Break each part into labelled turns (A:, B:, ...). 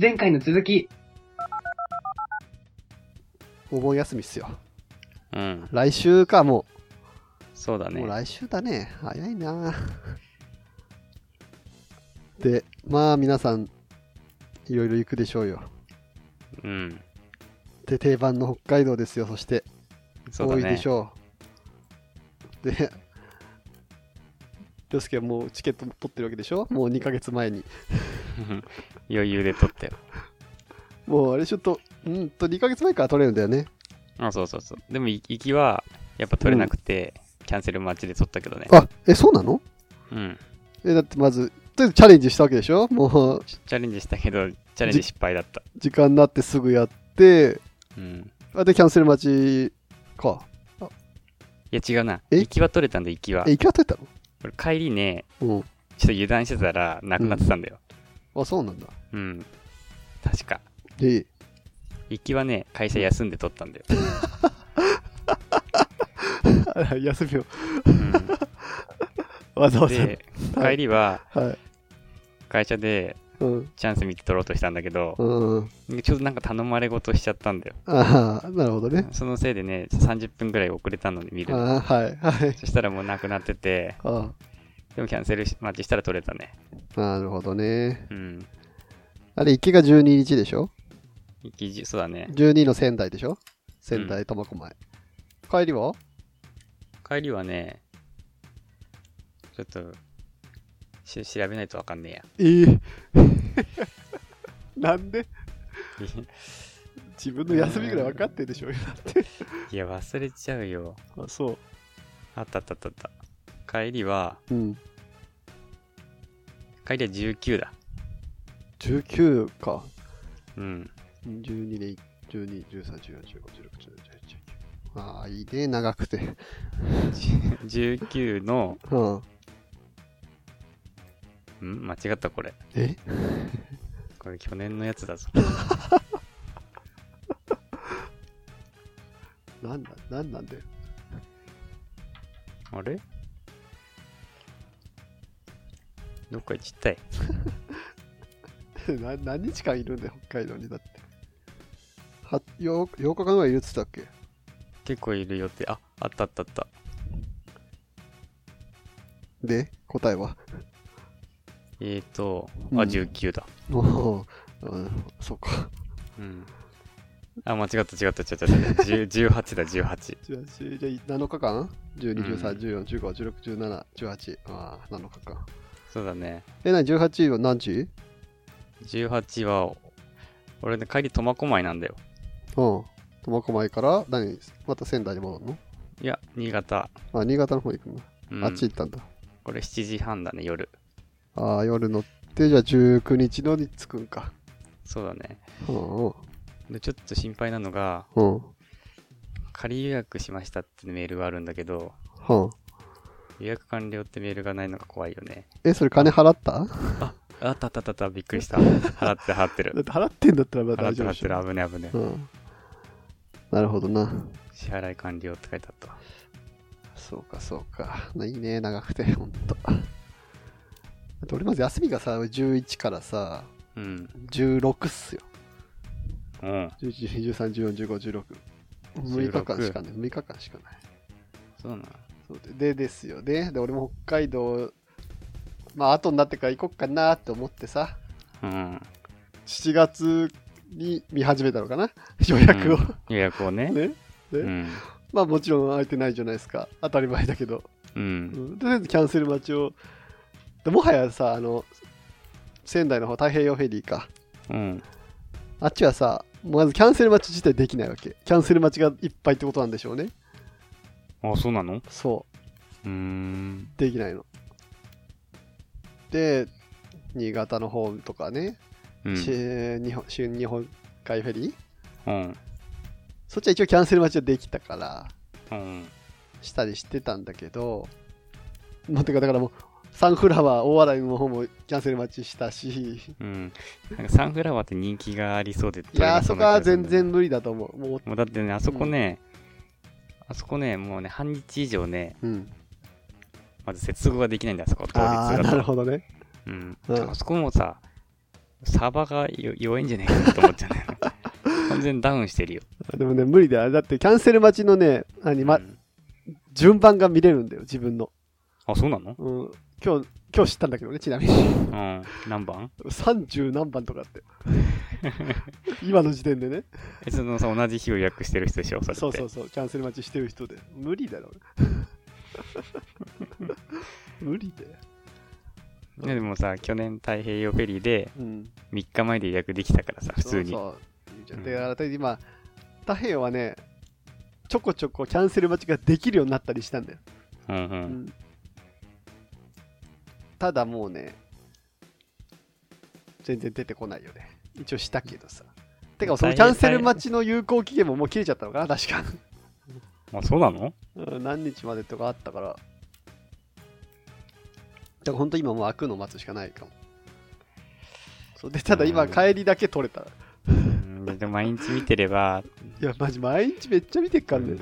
A: 前回の続き。
B: お盆休みっすよ。
C: うん。
B: 来週か、も
C: そうだ
B: う。もう
C: ね。
B: 来週だね。早いな で、まあ皆さん、いろいろ行くでしょうよ。
C: うん。
B: で、定番の北海道ですよ、そして。
C: そう
B: 多
C: だ
B: いで
C: ね
B: し。ょう。で、凌介はもうチケット取ってるわけでしょもう2ヶ月前に。
C: 余裕で撮ったよ。
B: もうあれちょっと、うんと2ヶ月前から取れるんだよね。
C: あ、そうそうそう。でも、い行きは、やっぱ撮れなくて、キャンセル待ちで撮ったけどね。
B: あ、え、そうなの
C: うん。
B: え、だってまず、とりあえずチャレンジしたわけでしょもう、
C: チャレンジしたけど、チャレンジ失敗だった。
B: 時間になってすぐやって、
C: うん。
B: あ、で、キャンセル待ちか。
C: いや、違うな。
B: え
C: 行きは撮れたんだ、行きは
B: え、。行き当たった
C: 俺、帰りね、
B: の
C: ちょっと油断してたら、なくなってたんだよ。
B: うん。あ、そうなんだ。
C: うん。確か。
B: で、
C: 行きはね、会社休んで撮ったんだよ。
B: 休みを
C: うん
B: わざわざ。
C: で、
B: はい
C: 帰りは、
B: はい。
C: 会社で、
B: うん。
C: チャンス見て撮ろうとしたんだけど、
B: うん。
C: ちょっとなんか頼まれ事しちゃったんだよ。
B: ああ、なるほどね。
C: そのせいでね、30分ぐらい遅れたので見る。
B: ああ、はい。はい。
C: そしたらもうなくなってて、
B: あ
C: でもキャンセル待ちしたら取れたね。
B: あ、なるほどね。
C: うん。
B: あれ、行きが12日でしょ
C: 行きじそうだね。
B: ?12 の仙台でしょ仙台、苫小牧。帰りは
C: 帰りはね、ちょっと、し調べないとわかんね
B: ええ。 なんで
C: えや。
B: 自分
C: の休みぐらい分か
B: ってるでしょ
C: いや、忘れちゃうよ。
B: あ、そ
C: あったあったあったあった。帰りは、
B: う。うん。
C: 帰りは19だ。
B: 19か。
C: うん。
B: 12で12、13、14、15、16、17、18。ああ、いいね、長くて。
C: 19の、
B: うん。
C: ん間違ったこれ。
B: え
C: これ去年のやつだぞ。
B: なんだ、なんなんだよ。
C: あれどっか行っちゃったい。
B: な何日間いるんだよ、北海道にだって。は 8, 8日間ぐらいいるっつったっけ
C: 結構いる予定。あ、あったあったあった。
B: で、答えは。
C: えーと、あ、
B: うん
C: 19だ。
B: もう、うん、そうか。
C: うん。あ、間違った違った違った違った。10 18だ、18。
B: じゃあ、じゃあ7日間 ?12、
C: うん
B: 13、14、15、16、17、18。ああ、7日間。
C: そうだね。
B: え、なに、18は何時
C: 18は、俺ね、帰り苫小牧なんだよ。
B: うん。苫小牧から、何、また仙台に戻るの
C: いや、新潟。
B: あ、新潟の方行くの、
C: うん、
B: あっち行ったんだ。
C: これ7時半だね、夜。
B: ああ、夜乗って、じゃあ19日のに着くんか。
C: そうだね。
B: うんうん。
C: で、ちょっと心配なのが、
B: うん。
C: 仮予約しましたってメールがあるんだけど、
B: うん。
C: 予約完了ってメールがないのが怖いよね。
B: え、それ金払 った
C: あったあったあったあった、びっくりした。払って
B: だ
C: る払って
B: っ
C: る。
B: て払ってんだったらまだ
C: 払
B: 大
C: って
B: 丈夫
C: る払
B: で
C: っ
B: してょ。
C: る、危ねえ危ねえ。
B: うん。なるほどな。
C: 支払い完了って書いてあったわ。
B: そうか、そうか。いいね、長くて、ほんと。だって俺まず休みがさ、11からさ、
C: うん。
B: 16っすよ。
C: うん。
B: 11、13、14、15、16。6日間しかね、6日間しかない。
C: そうなの。
B: そうででですよね。で、俺も北海道、まあ、後になってから行こっかなって思ってさ、
C: うん。
B: 7月に見始めたのかな、予約を。
C: 予約を ね。
B: ね。で、
C: うん。
B: まあ、もちろん空いてないじゃないですか。当たり前だけど。
C: う。
B: うんんとりあえずキャンセル待ちを。でもはやさ、あの、仙台の方、太平洋フェリーか。
C: うん。
B: あっちはさ、まずキャンセル待ち自体できないわけ。キャンセル待ちがいっぱいってことなんでしょうね。
C: あ、そうなのう
B: そう。
C: ーん。
B: できないの。で、新潟の方とかね、
C: うん。
B: 新日本新日本海フェリー
C: うん。
B: そっちは一応キャンセル待ちはできたから、
C: うん。
B: したりしてたんだけど、もうてか、だからもう、サンフラワー、大洗の方もキャンセル待ちしたし、
C: うん。なんかサンフラワーって人気がありそうで。
B: いやー、そこは全
C: も
B: 然無理だと思う。もう、
C: うだってね、あそこね、あそこね、もうね、半日以上ね、
B: うん。
C: まず接続ができないんだ、あそこ。当日
B: ああ、
C: だ
B: なる
C: と。
B: ほどね。
C: うん。
B: うん
C: あそこもさ、サーバーがよ弱いんじゃないかなと思っちゃうん だよね。完全にダウンしてるよ。
B: でもね、無理だよ。だってキャンセル待ちのね、何、ま
C: う、ん
B: 順番が見れるんだよ、自分の。
C: あ、そうなの
B: うん。今日、今日知ったんだけどね、ちなみに。
C: うん。何番
B: 30何番とか って。今の時点でね。
C: え、そのさ、同じ日を予約してる人でしょそれって。
B: そうそうそう、キャンセル待ちしてる人で。無理だろ。 無理だよ。
C: ねでもさ、去年太平洋フェリーで
B: うん。
C: 3日前で予約できたからさ、普通に。
B: そうそういいじゃんで、あらた今、太平洋はね、ちょこちょこキャンセル待ちができるようになったりしたんだよ。
C: うんう。
B: うんんただもうね、全然出てこないよね。一応したけどさ。てか、そのキャンセル待ちの有効期限ももう切れちゃったのかな、確か。
C: あ、そうなの
B: うん何日までとかあったから。だから本当今もう開くの待つしかないかも。そうで、ただ今
C: うん
B: 帰りだけ取れた。
C: うんででも毎日見てれば、
B: いや、マジ毎日めっちゃ見てっからね。
C: うん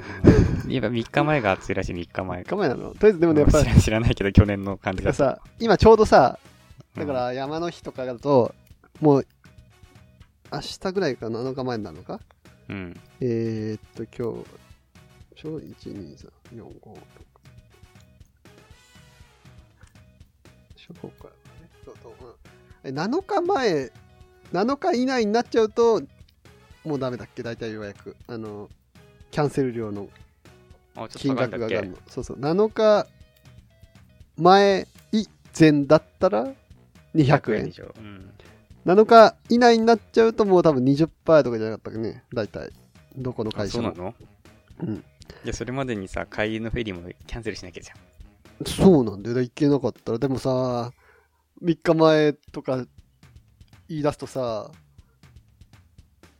C: やっぱ3日前が暑いらしい、3日前。
B: 構前なの。とりあえずでもね、やっぱ
C: 知ら知らないけど、去年の感じ
B: てか
C: が
B: さ、今ちょうどさ、
C: うん
B: だから山の日とかだと、もう、明日ぐらいか7日前になるのか
C: うん。
B: えー、っと、今日、ちょ、1、2、3、4、5、6。初号からね。そうそう、うん。え、7日前、7日以内になっちゃうと、もうダメだっけ大体予約。あの、キャンセル料の
C: あ、ちょ
B: 金
C: っと高いんだ
B: 額が
C: っ
B: 上が
C: け
B: るの。そうそう。7日前以前だったら200
C: 100
B: 円
C: で。しょ。うん。
B: 7日以内になっちゃうともう多分20%とかじゃなかったっけね。大体。どこの
C: あ
B: 会
C: そ
B: 社
C: うな
B: も。
C: の
B: うん
C: いや、それまでにさ、帰りのフェリーもキャンセルしなきゃじゃん。
B: そうなんだよ。行けなかったら。でもさ、3日前とか言い出すとさ、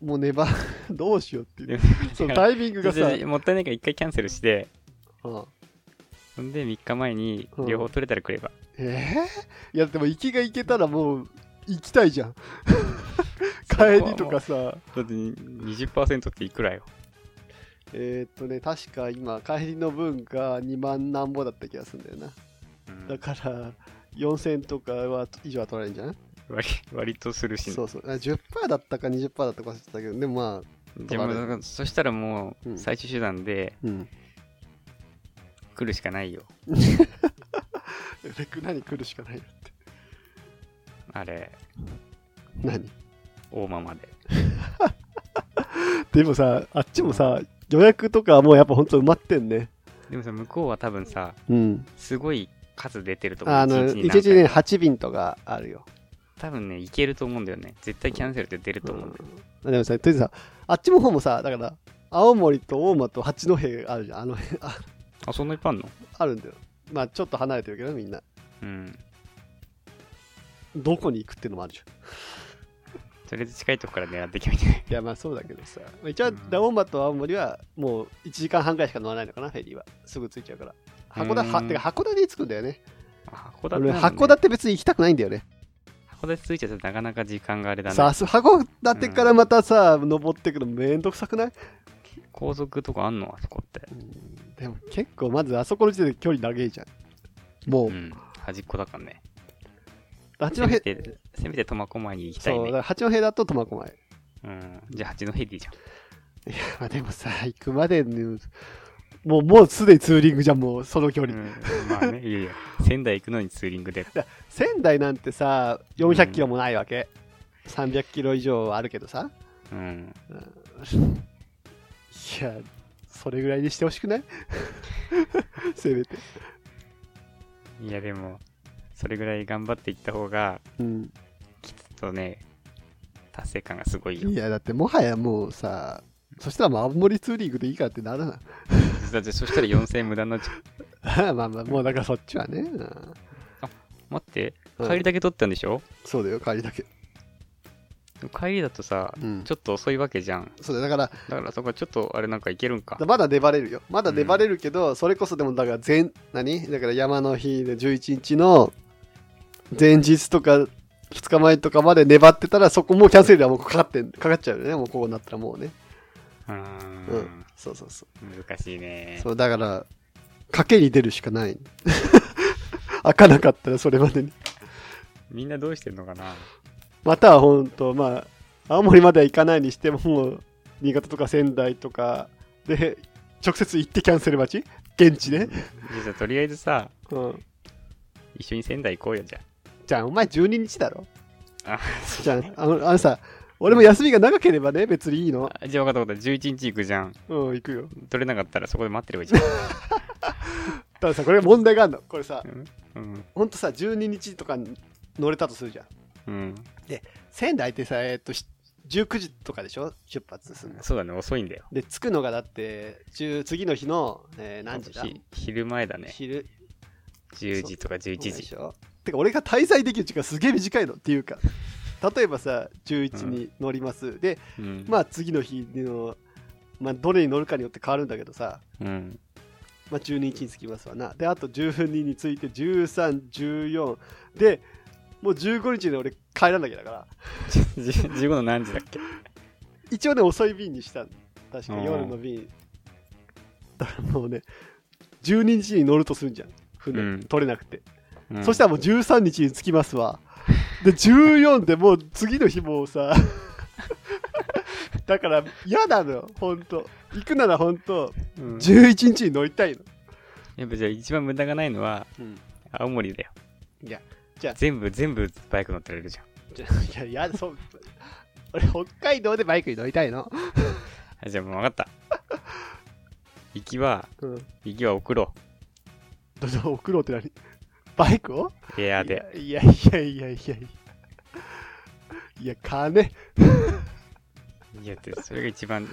B: もうネバ どうしようっていう。 そのタイミングが
C: いや
B: さ
C: いやい、やもったいないから一回キャンセルして、
B: うん
C: そんで3日前に
B: うん
C: 両方取れたら来れば。
B: えー、いやでも行きが行けたらもう行きたいじゃん。帰りとかさ、
C: だって20%っていくらよ。
B: えー、っとね、確か今帰りの分が2万なんぼだった気がするんだよな。
C: うん
B: だから4000とかは以上は取られるんじゃない
C: 割割とするし、
B: そうそう。あ10%だったか20%だったか忘れてたけど、でもまあ、
C: でも
B: とか
C: だ
B: ね
C: からそしたらも
B: う
C: うん最終手段で
B: うん。
C: 来るしかないよ。
B: レクナに来るしかないよって。
C: あれ、
B: 何
C: 大間まで。
B: でもさ、あっちもさ、予約とかはもうやっぱ本当埋まってんね。
C: でもさ、向こうは多分さ、
B: うん。
C: すごい数出てると思う。
B: あの、
C: 一日
B: 1
C: に何
B: 日
C: 回
B: ね、
C: も
B: 8便とかあるよ。
C: 多分ね、いけると思うんだよね。絶対キャンセルって出ると思うんだよ。
B: でもさ、とりあえずさ、あっちの方もさ、だから、青森と大間と八戸あるじゃん。あの辺、あ
C: あ、そんないっぱいあんの
B: あるんだよ。まあ、ちょっと離れてるけど、みんな。
C: うん。
B: どこに行くっていうのもあるじゃん。
C: とりあえず近いとこから狙ってきゃ みたいない
B: や、まあそうだけどさ。一応、
C: うん
B: 大間と青森は、もう1時間半ぐらいしか乗らないのかな、フェリーは。すぐ着いちゃうから。函館、は
C: うん
B: てか函館に着くんだよね。
C: あ函館
B: 俺、
C: なんだね
B: 函館別に行きたくないんだよね。
C: 函館着いちゃうとなかなか時間があれだ
B: さ
C: ね
B: あ、そう函館からまたさ、登ってくのめんどくさくない、
C: 高速とかあんのあそこって
B: でも結構まずあそこの時点で距離長いじゃん。もう、
C: うん端っこだからね
B: 八
C: せ
B: 戸
C: め、てせめて苫小牧に行きたい
B: そう、だ
C: ね
B: から八戸だと苫小牧。
C: うんじゃあ八戸でいいじゃん
B: いや、まあでもさ、行くまでに、もう、もうすでにツーリングじゃん、もう、その距離。
C: うんまあねいやいや仙台行くのにツーリングで
B: 仙台なんてさ、400キロもないわけ。300キロ以上はあるけどさ。
C: うん
B: いや、それぐらいにしてほしくない せめて。
C: いやでもそれぐらい頑張っていった方が
B: うん。
C: きっとね達成感がすごいよ
B: いや、だってもはやもうさ、そしたらもう青森ツーリングでいいかってならない。
C: だってそしたら4000円無駄になっちゃう
B: まあまあ、もうだからそっちはね。うん
C: 待って
B: うん
C: 帰りだけ取ったんでしょ
B: そうだよ、帰りだけ。
C: でも帰りだとさ
B: うん
C: ちょっと遅いわけじゃん
B: そうだよ、だか、
C: だからそこはちょっとあれなんかいけるんから
B: まだ粘れるよ。まだ粘れるけど、それこそでも、だから前、何だから山の日で11日の前日とか、2日前とかまで粘ってたら、そこもうキャンセル料はもうかかってんかかっちゃうよね。もうこうなったらもうね。
C: う
B: うん。
C: ーん
B: そうそうそう。
C: 難しいね
B: そう、だから、賭けに出るしかない。 開かなかったらそれまでに。
C: みんなどうしてんのかな
B: または本当まあ青森までは行かないにしてももう新潟とか仙台とかで直接行ってキャンセル待ち現地で、
C: じゃあさとりあえずさ、
B: うん、
C: 一緒に仙台行こうよ、じゃ
B: じゃあお前12日だろ
C: あ。あ、そう
B: じ
C: だ
B: ゃ
C: ね
B: ああのあのさ俺も休みが長ければね別にいいの
C: あじゃあ分かった分かった。11日行くじゃん。
B: うん行くよ
C: 取れなかったらそこで待ってればいいじ
B: たださこれ問題があるのこれさ
C: ゃん。うん。
B: ほんとさ12日とかに乗れたとするじゃん
C: うん。
B: 仙台ってさえっとし19時とかでしょ出発するの
C: そうだね、遅いんだよ。
B: で着くのがだって10次の日の、えー何時だ
C: ひ昼前だね。
B: 昼
C: 10時とか
B: で
C: 11時。
B: しょてか俺が滞在できる時間すげえ短いのっていうか例えばさ11
C: うん
B: に乗ります、で
C: うん。
B: まあ次の日の、まあ、どれに乗るかによって変わるんだけどさ、
C: うん。
B: まあ、12日に着きますわなであと12について1314でもう15日で俺帰らなきゃだから
C: じ15の何時だっけ
B: 一応ね遅い便にしたの確か
C: うん
B: 夜の便だからもうね12日に乗るとするんじゃん船、
C: うん
B: 取れなくて
C: うん
B: そしたらもう13日に着きますわ。で、14でもう次の日もう さ、だから嫌なのよ、ほんと。行くならほんと、
C: うん
B: 11日に乗りたいの。
C: やっぱじゃあ一番無駄がないのは、青森だよ。
B: いや、じゃあ
C: 全部、全部バイク乗ってられるじゃん。
B: じゃあいや、いや、そう。俺、北海道でバイクに乗りたいの。
C: あじゃあもう分かった。 行きは、
B: うん。ど
C: 行きは送ろ
B: うぞ、送ろうって何バイクを
C: う。エアーで。
B: いやいやいやいやいや。いや、金。
C: いや、ってそれが一番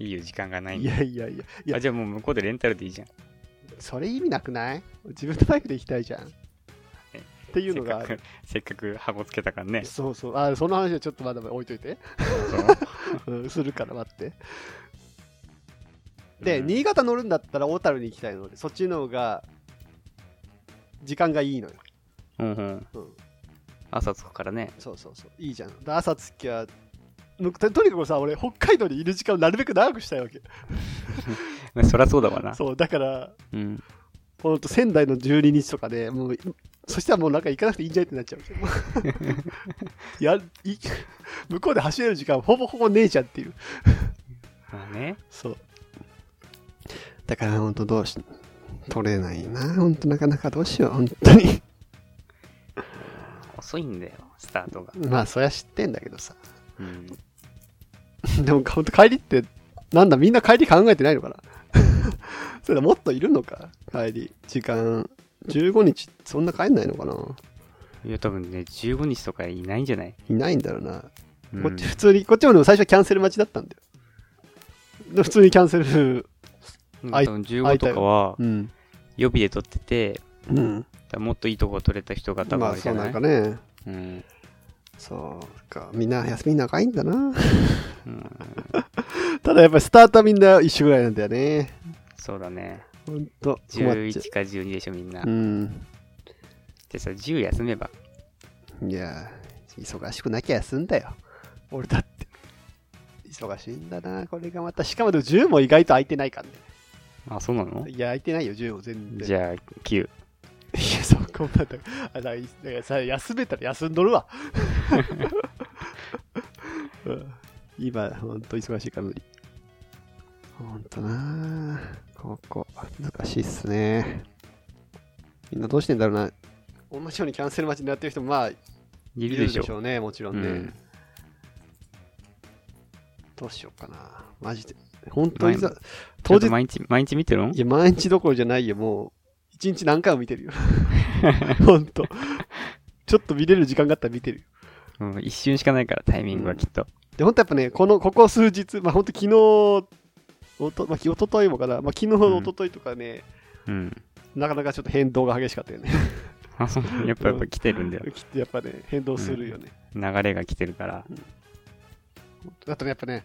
C: いいよ、時間がないん
B: い
C: だ
B: や
C: よ
B: いやいや。いや
C: あ、じゃあもう向こうでレンタルでいいじゃん。
B: それ意味なくない自分のバイクで行きたいじゃん。っていうのがある
C: せっかく、せっかく箱つけたからね。
B: そうそう。あ、その話はちょっとまだ置いといて。 うんするから待って。で、
C: うん
B: 新潟乗るんだったら小樽に行きたいので、そっちの方が、時間がいいのよ。
C: うんうん。
B: うん。
C: 朝着くからね。
B: そうそうそう。いいじゃん。で朝着きゃ、むととにかくさ、俺、北海道にいる時間をなるべく長くしたいわけ。
C: まあそりゃそうだわな。
B: そう、だから、
C: うん。
B: ほんと仙台の12日とかで、もう、そしたらもうなんか行かなくていいんじゃないってなっちゃう。 いや、い向こうで走れる時間ほぼほぼねえじゃんっていう。
C: まあね。
B: そう。だから本当どうし、取れないな。本当なかなかどうしよう。本当に。
C: 遅いんだよ、スタートが。
B: まあ、そりゃ知ってんだけどさ。
C: うん。
B: でも本当帰りって、なんだ、みんな帰り考えてないのか な。それだもっといるのか帰り。時間。15日、そんな帰んないのかない
C: や、多分ね、15日とかいないんじゃない、
B: いないんだろうな。
C: うん、
B: こっち普通に、こっちもでも最初はキャンセル待ちだったんだよ。で普通にキャンセル。
C: うん
B: あい
C: 多分15とかは
B: うん。
C: 予備で取ってて、
B: うん。
C: 多分もっといいとこ取れた人が多分
B: ま
C: あ
B: あ、
C: れじ
B: そ
C: ゃ
B: う
C: な、
B: ないんかね。
C: うん
B: そうか。みんな休み長いんだな。
C: うん。
B: ただやっぱりスタートはみんな一緒ぐらいなんだよね。
C: そうだね。
B: ほんと困っちゃ
C: 11か12でしょ、みんな。
B: う。うん。
C: でさ、10休めば。
B: いや、忙しくなきゃ休んだよ。俺だって。忙しいんだな、これがまた。しかもでも10も意外と空いてないからね。
C: あ、そうなの
B: いや、空いてないよ、10も全然。
C: じゃあ、9。
B: いや、そこまで。あだからいだからさ、休めたら休んどるわ。うん 今、ほんと忙しいから無理。ほんとなぁここ、難しいっすね。みんなどうしてんだろうな。同じようにキャンセル待ちになってる人も、まあ、い
C: い
B: る
C: るで
B: で
C: し
B: し
C: ょ。
B: ょうね、もちろ
C: うん
B: ね。
C: ん。
B: どうしようかな。マジで。本当
C: 毎
B: にさ、
C: 当
B: 当
C: 日
B: 日、
C: 毎日、毎日見てるの
B: いや、毎日どころじゃないよ、もう、一日何回も見てるよ。 ほんと。ちょっと見れる時間があったら見てるよ。
C: うん、一瞬しかないから、タイミングはきっと。
B: で、本当やっぱね、この、ここ数日、まあ本当昨日、おと、まあき、おとといもかな、まあ昨日、
C: ん
B: おとといとかね、
C: うん。
B: なかなかちょっと変動が激しかったよね。
C: あそうやっぱ、やっぱ来てるんだよ。
B: きっとやっぱね、変動するよね。
C: 流れが来てるから。
B: あとね、やっぱね、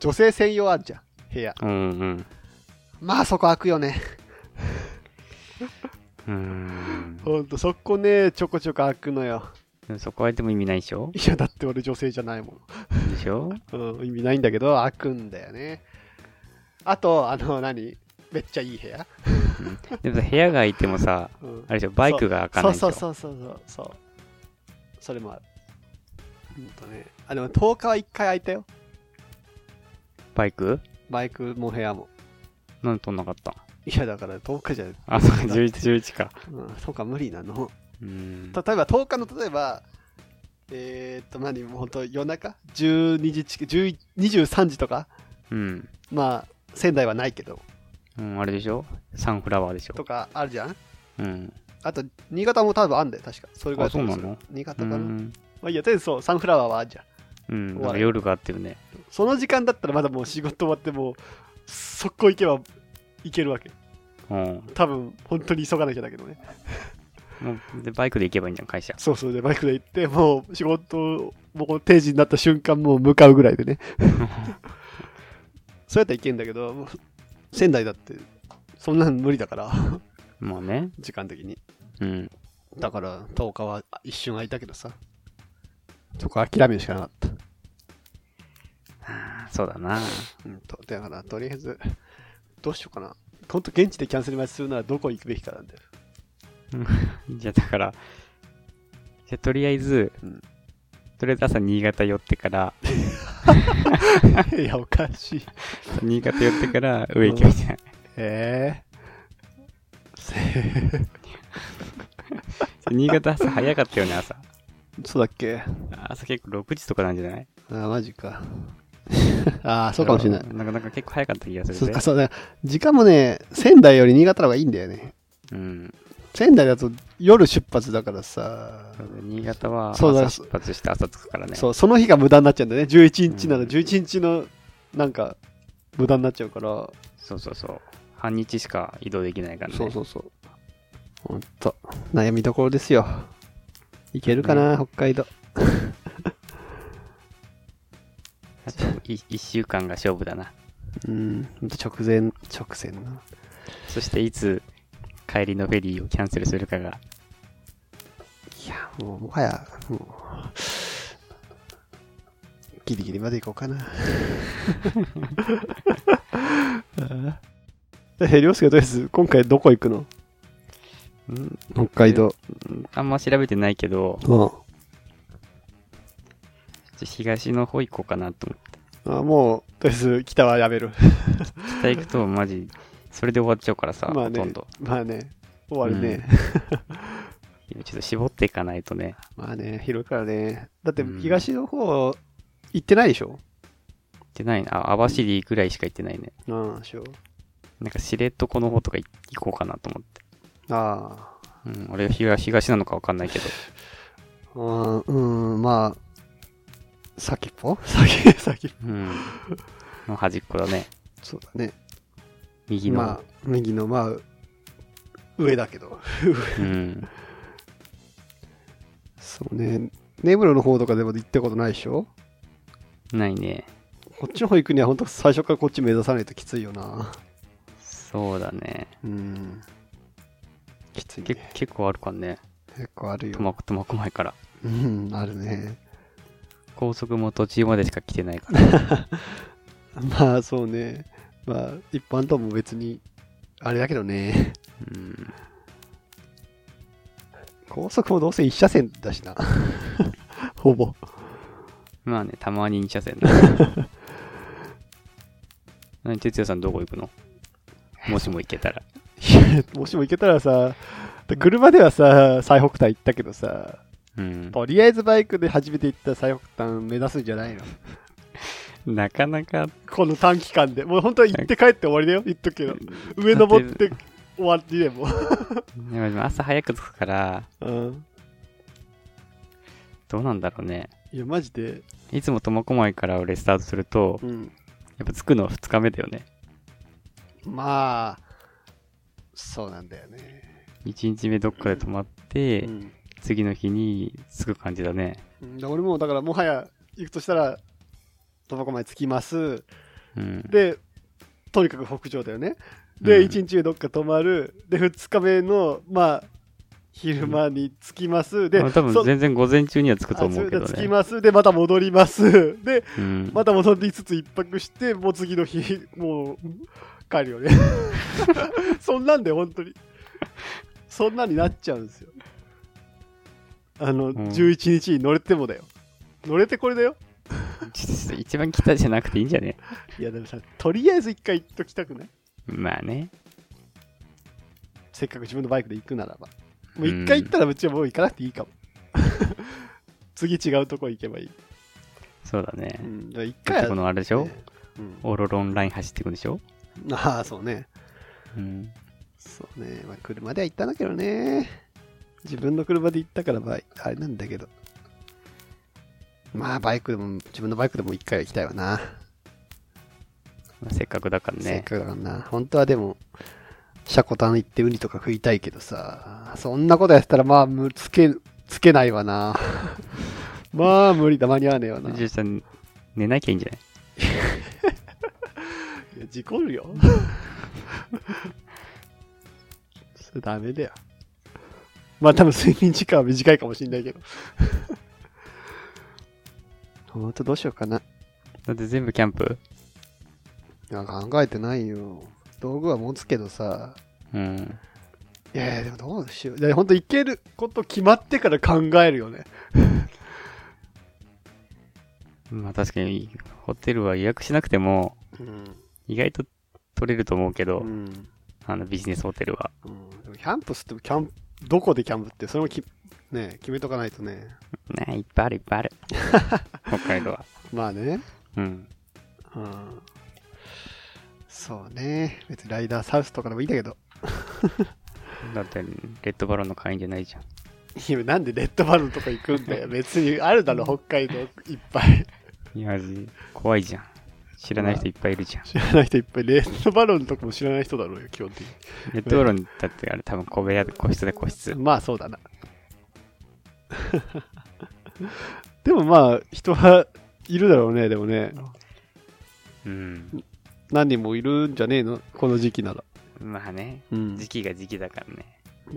B: 女性専用あるじゃん、部屋。
C: うんうん。
B: まあそこ開くよね。
C: うーん。
B: ほんと、そこね、ちょこちょこ開くのよ。
C: でもそこはでも意味ないでしょ
B: いや、だって俺女性じゃないもん。
C: でしょ
B: うん、意味ないんだけど、開くんだよね。あと、あの、何めっちゃいい部屋、
C: でもさ、部屋が空いてもさ、
B: うん
C: あれでしょ、バイクが開か
B: そ
C: な
B: う
C: いでし
B: そ
C: ょ。
B: うそうそうそうそう。それもある。ほんとね。あ、でも10日は1回空いたよ。
C: バイク
B: バイクも部屋も。
C: なんで取んなかった
B: いや、だから10日じゃ、
C: あ、そうか、11、11か。
B: うん、そうか無理なの。
C: うーん。
B: 例えば10日の、例えば、えー、っと、何、もうほんと夜中 ?12 時近く、11 23時とか
C: うん。
B: まあ、仙台はないけど、
C: うん、あれでしょサンフラワーでし
B: と
C: ょ
B: かあるじゃん
C: うん。
B: あと、新潟も多分あんだよ、確か。それぐらい
C: あ、そうなの
B: 新潟
C: う
B: かな。
C: ん。
B: まあいいや、とりあえずそう、サンフラワーはあるじゃん。
C: うん。なんか夜があってるね。
B: その時間だったらまだもう仕事終わってもう、速攻行けば行けるわけ。
C: うん。
B: 多分、本当に急がなきゃだけどね。
C: もうで、バイクで行けばいいんじゃん、会社。
B: そうそうで、バイクで行って、もう仕事、もう定時になった瞬間、もう向かうぐらいで ね。そうやったらいけんだけど、もう仙台だって、そんなん無理だから、
C: まあね。
B: 時間的に。
C: うん。
B: だから、10日は一瞬空いたけどさ。そこ諦めるしかなかった。
C: はあそうだな。
B: うんと、だから、とりあえず、どうしようかな。ほんと、現地でキャンセル待ちするならどこ行くべきかなんだよ。
C: じゃあだから、じゃあとりあえず、
B: うん
C: とりあえず朝新潟寄ってから、
B: いや、おかしい。
C: 新潟寄ってから上行けばいいんじゃ ない
B: ええ
C: 新潟朝早かったよね、朝。
B: そうだっけ
C: 朝結構6時とかなんじゃない
B: あー、マジか。 ああ、そうかもしれない。
C: んかなんか結構早かった気がす
B: そ
C: る
B: う
C: ね
B: か、。そうだ。時間もね、仙台より新潟の方がいいんだよね。
C: うん。
B: 仙台だと夜出発だからさ、
C: 新潟は
B: そうだ
C: 朝出発して朝着くからね。
B: そう、その日が無駄になっちゃうんだよね。11日なら
C: うん
B: 11日の、なんか、無駄になっちゃうから、
C: そうそうそう。半日しか移動できないからね。
B: そうそうそう。ほんと、悩みどころですよ。いけるかな、北海道。
C: あとい一週間が勝負だな。
B: うん、ほんと直前、直前な。
C: そしていつ帰りのフェリーをキャンセルするかが。
B: いや、もう、もはや、もう、ギリギリまで行こうかな。え、りょうすけはとりあえず、今回どこ行くの
C: うん
B: 北海道。
C: あんま調べてないけど、
B: うん。
C: ちょ東の方行こうかなと思って。
B: あもう、とりあえず、北はやめる。
C: 北行くとマジ、それで終わっちゃうからさ、
B: まあ
C: ほと
B: ね
C: んど。、
B: まあね、終わるね。
C: 今ちょっと絞っていかないとね。
B: まあね、広いからね。だって
C: う、ん
B: 東の方、行ってないでしょ
C: 行ってないな。あ網走ぐらいしか行ってないね。
B: うん、でしょ。
C: なんか知床の方とか行行こうかなと思って。
B: あ
C: うん、俺は東東なのかわかんないけど。
B: あ。うん、うん、まあ、先っぽ 先、先っぽ。
C: うん。の端っこだね。
B: そうだね。
C: 右の。
B: まあ、右の、まあ、上だけど。
C: うん。
B: そうね。根室の方とかでも行ったことないでしょ
C: ないね。
B: こっちの方行くには本当最初からこっち目指さないときついよな。
C: そうだね。
B: うん。きつい、
C: け
B: ね。
C: 結構あるかね。
B: 結構あるよ。
C: 苫小牧から。
B: うん、あるね。
C: 高速も途中までしか来てないから。
B: まあそうね。まあ一般とも別に、あれだけどね。
C: うん
B: 高速もどうせ一車線だしな。 ほぼ。
C: まあね、たまに2車線だ。 何、哲也さんどこ行くのもしも行けたら。
B: いや もしも行けたらさ、車ではさ、最北端行ったけどさ、
C: うん。
B: とりあえずバイクで初めて行った最北端目指すんじゃないの
C: なかなか、
B: この短期間で。もう本当は行って帰って終わりだよ、言っとくけど。上登って終わりでも。
C: でもでも朝早く着くから、
B: うん。
C: どうなんだろうね。
B: いや、マジで。
C: いつも苫小牧から俺スタートすると、
B: うん。
C: やっぱ着くのは2日目だよね。
B: まあ、そうなんだよね。
C: 1日目どっかで泊まって、
B: うん。
C: 次の日に着く感じだね。
B: で俺も、だからもはや行くとしたら、苫小牧着きます。
C: うん。
B: で、とにかく北上だよね。で、
C: うん
B: 一1日目どっか泊まる。で、2日目の、まあ、昼間に着きます。で、
C: まあ、多
B: そ
C: 分全然午前中には着くと思うけど
B: あそれで着き
C: ね。
B: ます。で、また戻ります。 で、
C: うん、
B: また戻りつつ一泊して、もう次の日、もう帰るよ ね。そんなんで、本当に。そんなんになっちゃうんですよ。あの、
C: ん
B: 11日に乗れてもだよ。乗れてこれだよ。
C: ちょっと一番来たじゃなくていいんじゃね
B: いやでもさ、とりあえず一回行っときたくない
C: まあね。
B: せっかく自分のバイクで行くならば。もう一回行ったらうちはもう行かなくていいかも。 次違うとこ行けばいい。
C: そうだね
B: う。ん、だから一
C: だっ
B: 回
C: てこ
B: は、
C: のあれでしょ
B: ねうん、
C: オロロンライン走っていくんでしょ
B: ああ、そうね。
C: うん。
B: そうね。まあ、車では行ったんだけどね。自分の車で行ったからば、あれなんだけど。まあ、バイクでも、自分のバイクでも一回は行きたいわな。
C: まあせっかくだから
B: せっ
C: ね。
B: かくだからな。本当はでも、シャコタン行ってウニとか食いたいけどさ、そんなことやってたら、まあ、むつけ、つけないわな。 まあ、無理だ、間に合わねえわな。い
C: じゃあちょっと寝なきゃいいんじゃない
B: や、事故るよ。それダメだよ。まあ、多分睡眠時間は短いかもしん ないけど。ほんとどうしようかな。
C: だって全部キャンプ
B: いや考えてないよ。道具は持つけどさ、
C: うん。
B: いやいや、でもどうしよう。いや、ほんと行けること決まってから考えるよね。
C: まあ確かに、ホテルは予約しなくても、
B: うん。
C: 意外と取れると思うけど、
B: うん。
C: あのビジネスホテルは。
B: でもキャンプスって、キャンプ、どこでキャンプって、それもき、ね、決めとかないとね。
C: ねいっぱいあるいっぱい ある。北海道は。
B: まあね。
C: うん。
B: うん。そうね。別にライダーサウスとかでもいいんだけど。
C: だって、レッドバロンの会員じゃないじゃん。
B: いや、なんでレッドバルのとこ行くんだ よ。別にあるだろ、北海道いっぱい。
C: いや、怖いじゃん。知らない人いっぱいいるじゃん。
B: 知らない人いっぱい。レッドバルのとこも知らない人だろうよ、基本的
C: レッドバロンだってあれ多分小部屋で個室で個室
B: に。。まあ、そうだな。 でもまあ、人はいるだろうね、でもね。
C: うん。
B: 何人もいるんじゃねえのこの時期なら。
C: まあね、
B: うん
C: 時期が時期だからね。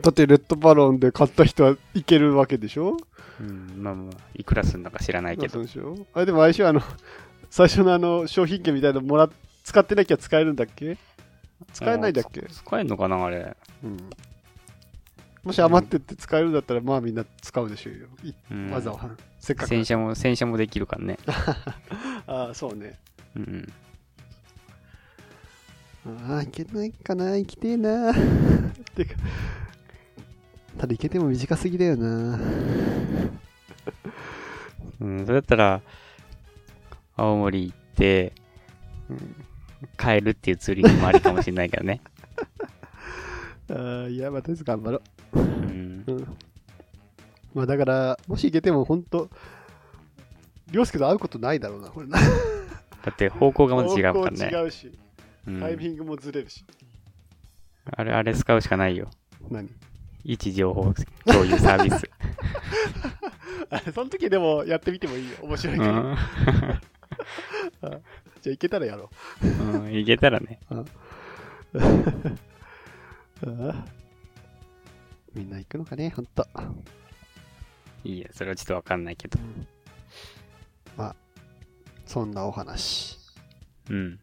B: だってレッドバロンで買った人はいけるわけでしょ
C: うん、まあまあ、いくらすんのか知らないけ
B: そう
C: ど。
B: でしょあれでも相性あの 最初のあの商品券みたいなのもらっ使ってなきゃ使えるんだっけ使えないだっけ
C: あ使えんのかな、あれ。
B: うんもし余ってって使えるんだったらまあみんな使うでしょうよ、い
C: うん、
B: わざわざせっかく
C: 洗車も、洗車もできるからね。
B: ああそうね
C: うん。
B: ああいけないかな行きてえな てかただ行けても短すぎだよな
C: うん、それだったら、青森行って、帰るっていうツーリングもありかもしれないけどね。
B: ああいやまあとりあえず頑張ろう
C: うん
B: う。んまあだから、もし行けても本当、りょうすけと会うことないだろうな、これな。
C: だって方向がまず違うから
B: 方
C: ね。
B: 向違うし、
C: うん
B: タイミングもずれるし。
C: あれ、あれ使うしかないよ。
B: 何
C: 位置情報共有サービス。
B: あその時でもやってみてもいいよ。面白いうから。
C: ん。
B: じゃあ行けたらやろ
C: うん、いけたらね。
B: う。みんな行くのかね、ほんと。
C: いいや、それはちょっとわかんないけど。
B: そんなお話。
C: うん。